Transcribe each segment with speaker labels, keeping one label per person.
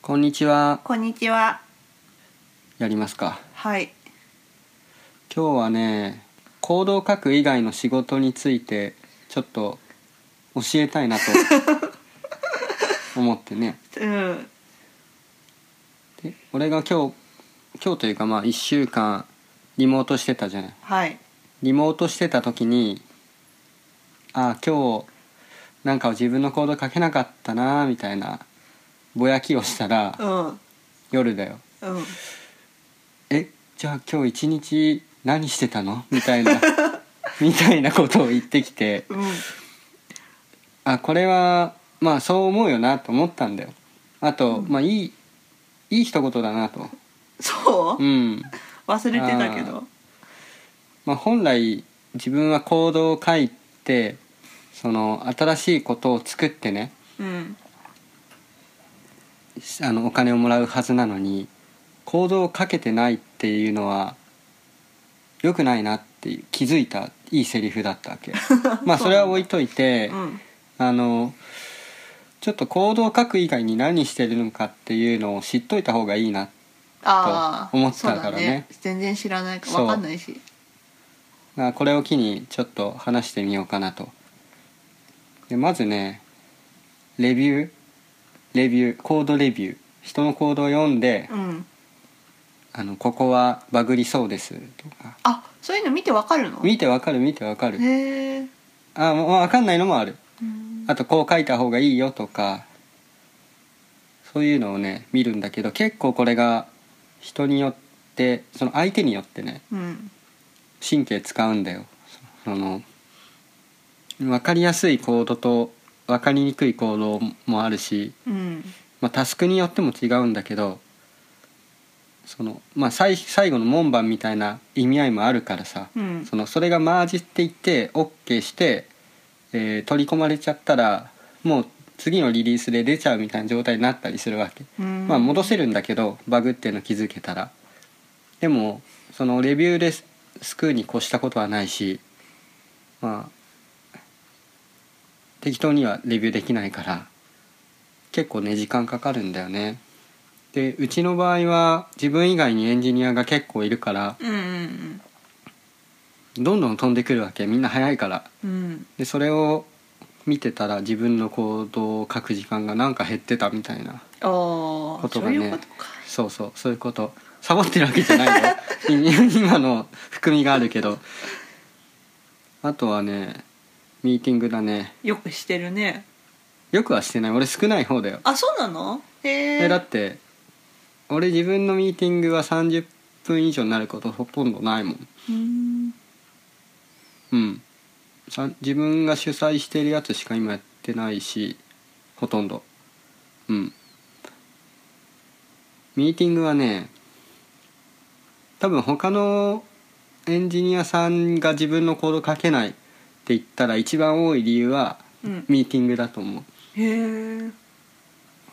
Speaker 1: こんにちは。
Speaker 2: こんにちは。
Speaker 1: やりますか。
Speaker 2: はい。
Speaker 1: 今日はね、行動を書く以外の仕事についてちょっと教えたいなと思ってね。
Speaker 2: うん。
Speaker 1: で、俺が今日今日というかまあ一週間リモートしてたじゃない。
Speaker 2: はい。
Speaker 1: リモートしてた時に、あ今日なんか自分の行動書けなかったなみたいなぼやきをしたら
Speaker 2: うん。うん。
Speaker 1: 夜だよ。えじゃあ今日一日何してたのみたいなみたいなことを言ってきて
Speaker 2: うん。
Speaker 1: あこれはまあそう思うよなと思ったんだよあと、まあいいいい一言だなと
Speaker 2: そうう、
Speaker 1: ん
Speaker 2: 忘れてたけど。
Speaker 1: まあ本来自分は行動を書いてその新しいことを作ってね
Speaker 2: うん。
Speaker 1: あのお金をもらうはずなのに行動をかけてないっていうのは良くないなっていう気づいたいいセリフだったわけまあそれは置いといて、
Speaker 2: うん。
Speaker 1: あのちょっと行動を書く以外に何してるのかっていうのを知っといた方がいいな
Speaker 2: ああ。
Speaker 1: 思ってたからね
Speaker 2: そうだ全然知らないか、
Speaker 1: そう
Speaker 2: わかんないし。
Speaker 1: まあこれを機にちょっと話してみようかなとでまずねレビューレビューコードレビュー人の行動を読んで、
Speaker 2: うん。
Speaker 1: あのここはバグりそうですとか
Speaker 2: あ、そういうの見てわかるの。
Speaker 1: 見てわかる見てわかる
Speaker 2: へえ。
Speaker 1: あまあわかんないのもある
Speaker 2: うん
Speaker 1: あとこう書いた方がいいよとかそういうのをね見るんだけど結構これが人によってその相手によってね
Speaker 2: うん。
Speaker 1: 神経使うんだよその分かりやすいコードと分かりにくいコードもあるし、
Speaker 2: うん。
Speaker 1: まあ、タスクによっても違うんだけどその、まあ、最最後の門番みたいな意味合いもあるからさ、
Speaker 2: うん。
Speaker 1: そのそれがマージっていって OK して、えー取り込まれちゃったらもう次のリリースで出ちゃうみたいな状態になったりするわけ、
Speaker 2: うん
Speaker 1: まあ戻せるんだけどバグっていうの気づけたらでもそのレビューで救うに越したことはないしまあ適当にはレビューできないから結構ね時間かかるんだよねでうちの場合は自分以外にエンジニアが結構いるから
Speaker 2: うん。うん。
Speaker 1: どんどん飛んでくるわけみんな早いから
Speaker 2: うん。
Speaker 1: でそれを見てたら自分の行動を書く時間がなんか減ってたみたいな
Speaker 2: ああ、
Speaker 1: こと
Speaker 2: そ
Speaker 1: が
Speaker 2: う
Speaker 1: ね
Speaker 2: いうことか。
Speaker 1: そうそうそういうことサボってるわけじゃないよい今の含みがあるけどあとはねミーティングだね
Speaker 2: よくしてるね。
Speaker 1: よくはしてない俺少ない方だよ
Speaker 2: あ、そうなの。へ
Speaker 1: え
Speaker 2: え
Speaker 1: だ。って俺自分のミーティングは30分以上になることほとんどないもん
Speaker 2: うん。
Speaker 1: うんさ自分が主催してるやつしか今やってないしほとんどうんミーティングはね多分他のエンジニアさんが自分のコード書けないって言ったら一番多い理由は
Speaker 2: うん。
Speaker 1: ミーティングだと思う
Speaker 2: へえ。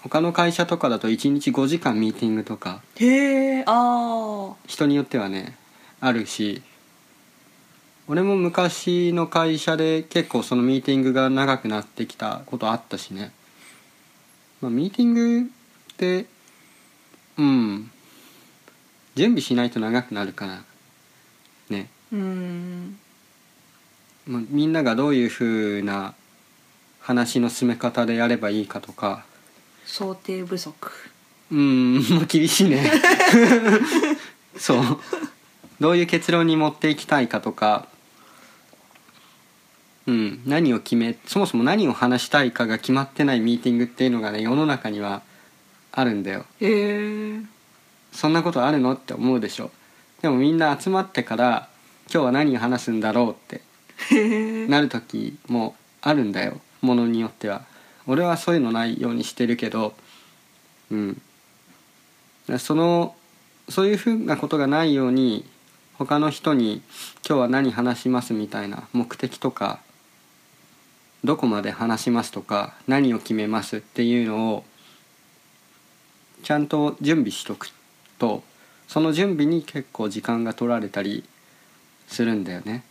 Speaker 1: 他の会社とかだと1日5時間ミーティングとか
Speaker 2: へえ。ああ。
Speaker 1: 人によってはねあるし俺も昔の会社で結構そのミーティングが長くなってきたことあったしね、まあ、ミーティングってうん準備しないと長くなるからね、
Speaker 2: うん。
Speaker 1: まあ、みんながどういうふうな話の進め方でやればいいかとか
Speaker 2: 想定不足
Speaker 1: うんもう厳しいねそうどういう結論に持っていきたいかとかうん何を決めそもそも何を話したいかが決まってないミーティングっていうのがね世の中にはあるんだよ
Speaker 2: へえ
Speaker 1: そんなことあるのって思うでしょでもみんな集まってから今日は何を話すんだろうって
Speaker 2: へえ
Speaker 1: なる時もあるんだよものによっては俺はそういうのないようにしてるけどうんだからそのそういうふうなことがないように他の人に「今日は何話します」みたいな目的とかどこまで話しますとか何を決めますっていうのをちゃんと準備しとくとその準備に結構時間が取られたりするんだよね。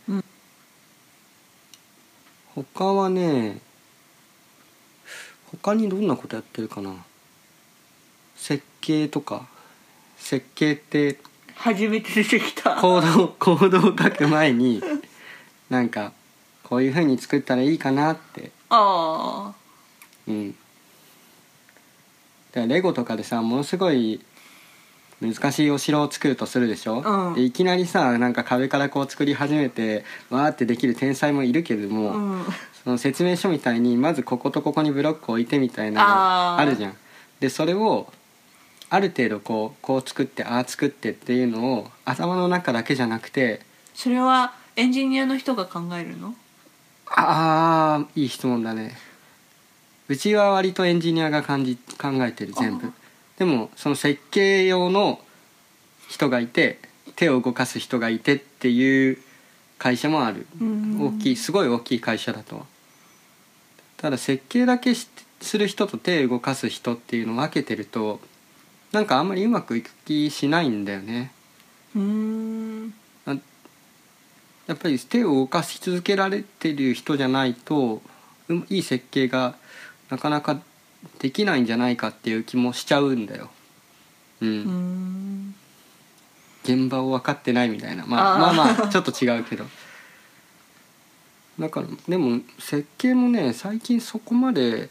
Speaker 1: 他はね他にどんなことやってるかな設計とか設計って
Speaker 2: 初めて出てきた
Speaker 1: 行動行動を書く前になんかこういう風に作ったらいいかなって
Speaker 2: あ
Speaker 1: うんだからレゴとかでさものすごい難しいお城を作るとするでしょ、
Speaker 2: うん
Speaker 1: でいきなりさなんか壁からこう作り始めてわーってできる天才もいるけれども、
Speaker 2: あうん
Speaker 1: その説明書みたいにまずこことここにブロック置いてみたいな
Speaker 2: あ
Speaker 1: の
Speaker 2: ー
Speaker 1: あるじゃんでそれをある程度こうこう作ってああ作ってっていうのを頭の中だけじゃなくて
Speaker 2: それはエンジニアの人が考えるの
Speaker 1: ああいい質問だねうちは割とエンジニアが感じ考えてる全
Speaker 2: あ
Speaker 1: 部でもその設計用の人がいて手を動かす人がいてっていう会社もある大きいすごい大きい会社だとただ設計だけしする人と手動かす人っていうのを分けてるとなんかあんまりうまくいく気しないんだよね
Speaker 2: うん
Speaker 1: やっぱり手を動かし続けられてる人じゃないとうんいい設計がなかなかできないんじゃないかっていう気もしちゃうんだようん、
Speaker 2: うん
Speaker 1: 現場を分かってないみたいな、まあ、
Speaker 2: あー
Speaker 1: まあまあちょっと違うけどだからでも設計もね最近そこまで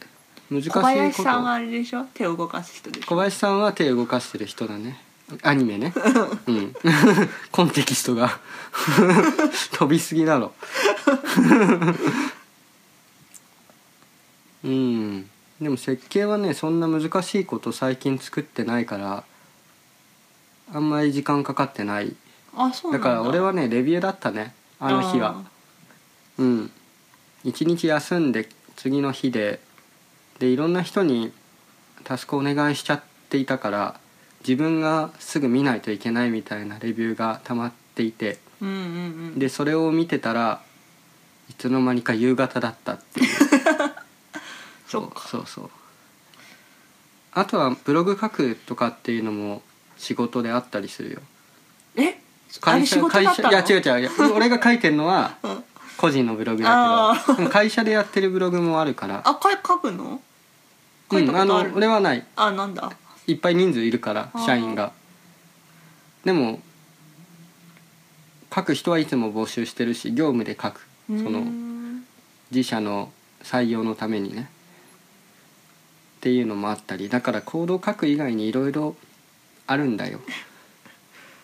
Speaker 1: 難しいこ
Speaker 2: 小
Speaker 1: と
Speaker 2: 林さんはあれでしょ手を動かす人でし
Speaker 1: 小
Speaker 2: ょ
Speaker 1: 林さんは手を動かしてる人だねアニメねうん コンテキストが 飛びすぎだろ うんでも設計はねそんな難しいこと最近作ってないからあんまり時間かかってない
Speaker 2: あそうな
Speaker 1: だ
Speaker 2: ん
Speaker 1: か
Speaker 2: だ
Speaker 1: ら俺はねレビューだったねあの日はうん一日休んで次の日ででいろんな人にタスクお願いしちゃっていたから自分がすぐ見ないといけないみたいなレビューが溜まっていて
Speaker 2: あーうんうんうん
Speaker 1: でそれを見てたらいつの間にか夕方だったっていう
Speaker 2: そっか
Speaker 1: そうそうあとはブログ書くとかっていうのも仕事であったりするよ
Speaker 2: えあれ仕事だったの
Speaker 1: 会社いや違う違ういや俺が書いてるのは
Speaker 2: うん
Speaker 1: 個人のブログだけ
Speaker 2: あ
Speaker 1: どでも会社でやってるブログもあるから
Speaker 2: あか書くの書
Speaker 1: う
Speaker 2: い
Speaker 1: ん
Speaker 2: た
Speaker 1: あ
Speaker 2: こと
Speaker 1: の
Speaker 2: ある、
Speaker 1: 俺はない
Speaker 2: あなんだ
Speaker 1: いっぱい人数いるから
Speaker 2: あー
Speaker 1: 社員がでも書く人はいつも募集してるし業務で書く
Speaker 2: そ
Speaker 1: その自社の採用のためにねっていうのもあったりだから行動書く以外にいろいろあるんだよ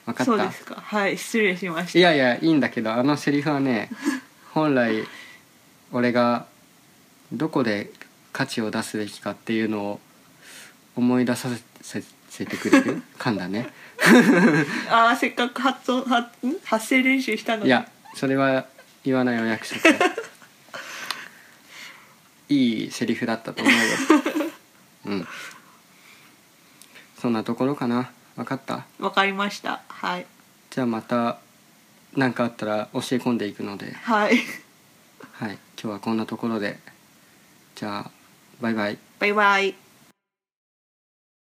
Speaker 1: 分か
Speaker 2: そう
Speaker 1: っ
Speaker 2: で
Speaker 1: た
Speaker 2: すかはい失礼しました
Speaker 1: いやいやいいんだけどあのセリフはね本来俺がどこで価値を出すべきかっていうのを思い出させせてくれる噛んだね
Speaker 2: あーせっかく発音発ん発声練習したのに
Speaker 1: いやそれは言わないお約束いいセリフだったと思うようんそんなところかな分かった
Speaker 2: わかりましたはい
Speaker 1: じゃあまた何かあったら教え込んでいくので
Speaker 2: はい
Speaker 1: はい、今日はこんなところで。じゃあ、バイバイ。
Speaker 2: バイバイ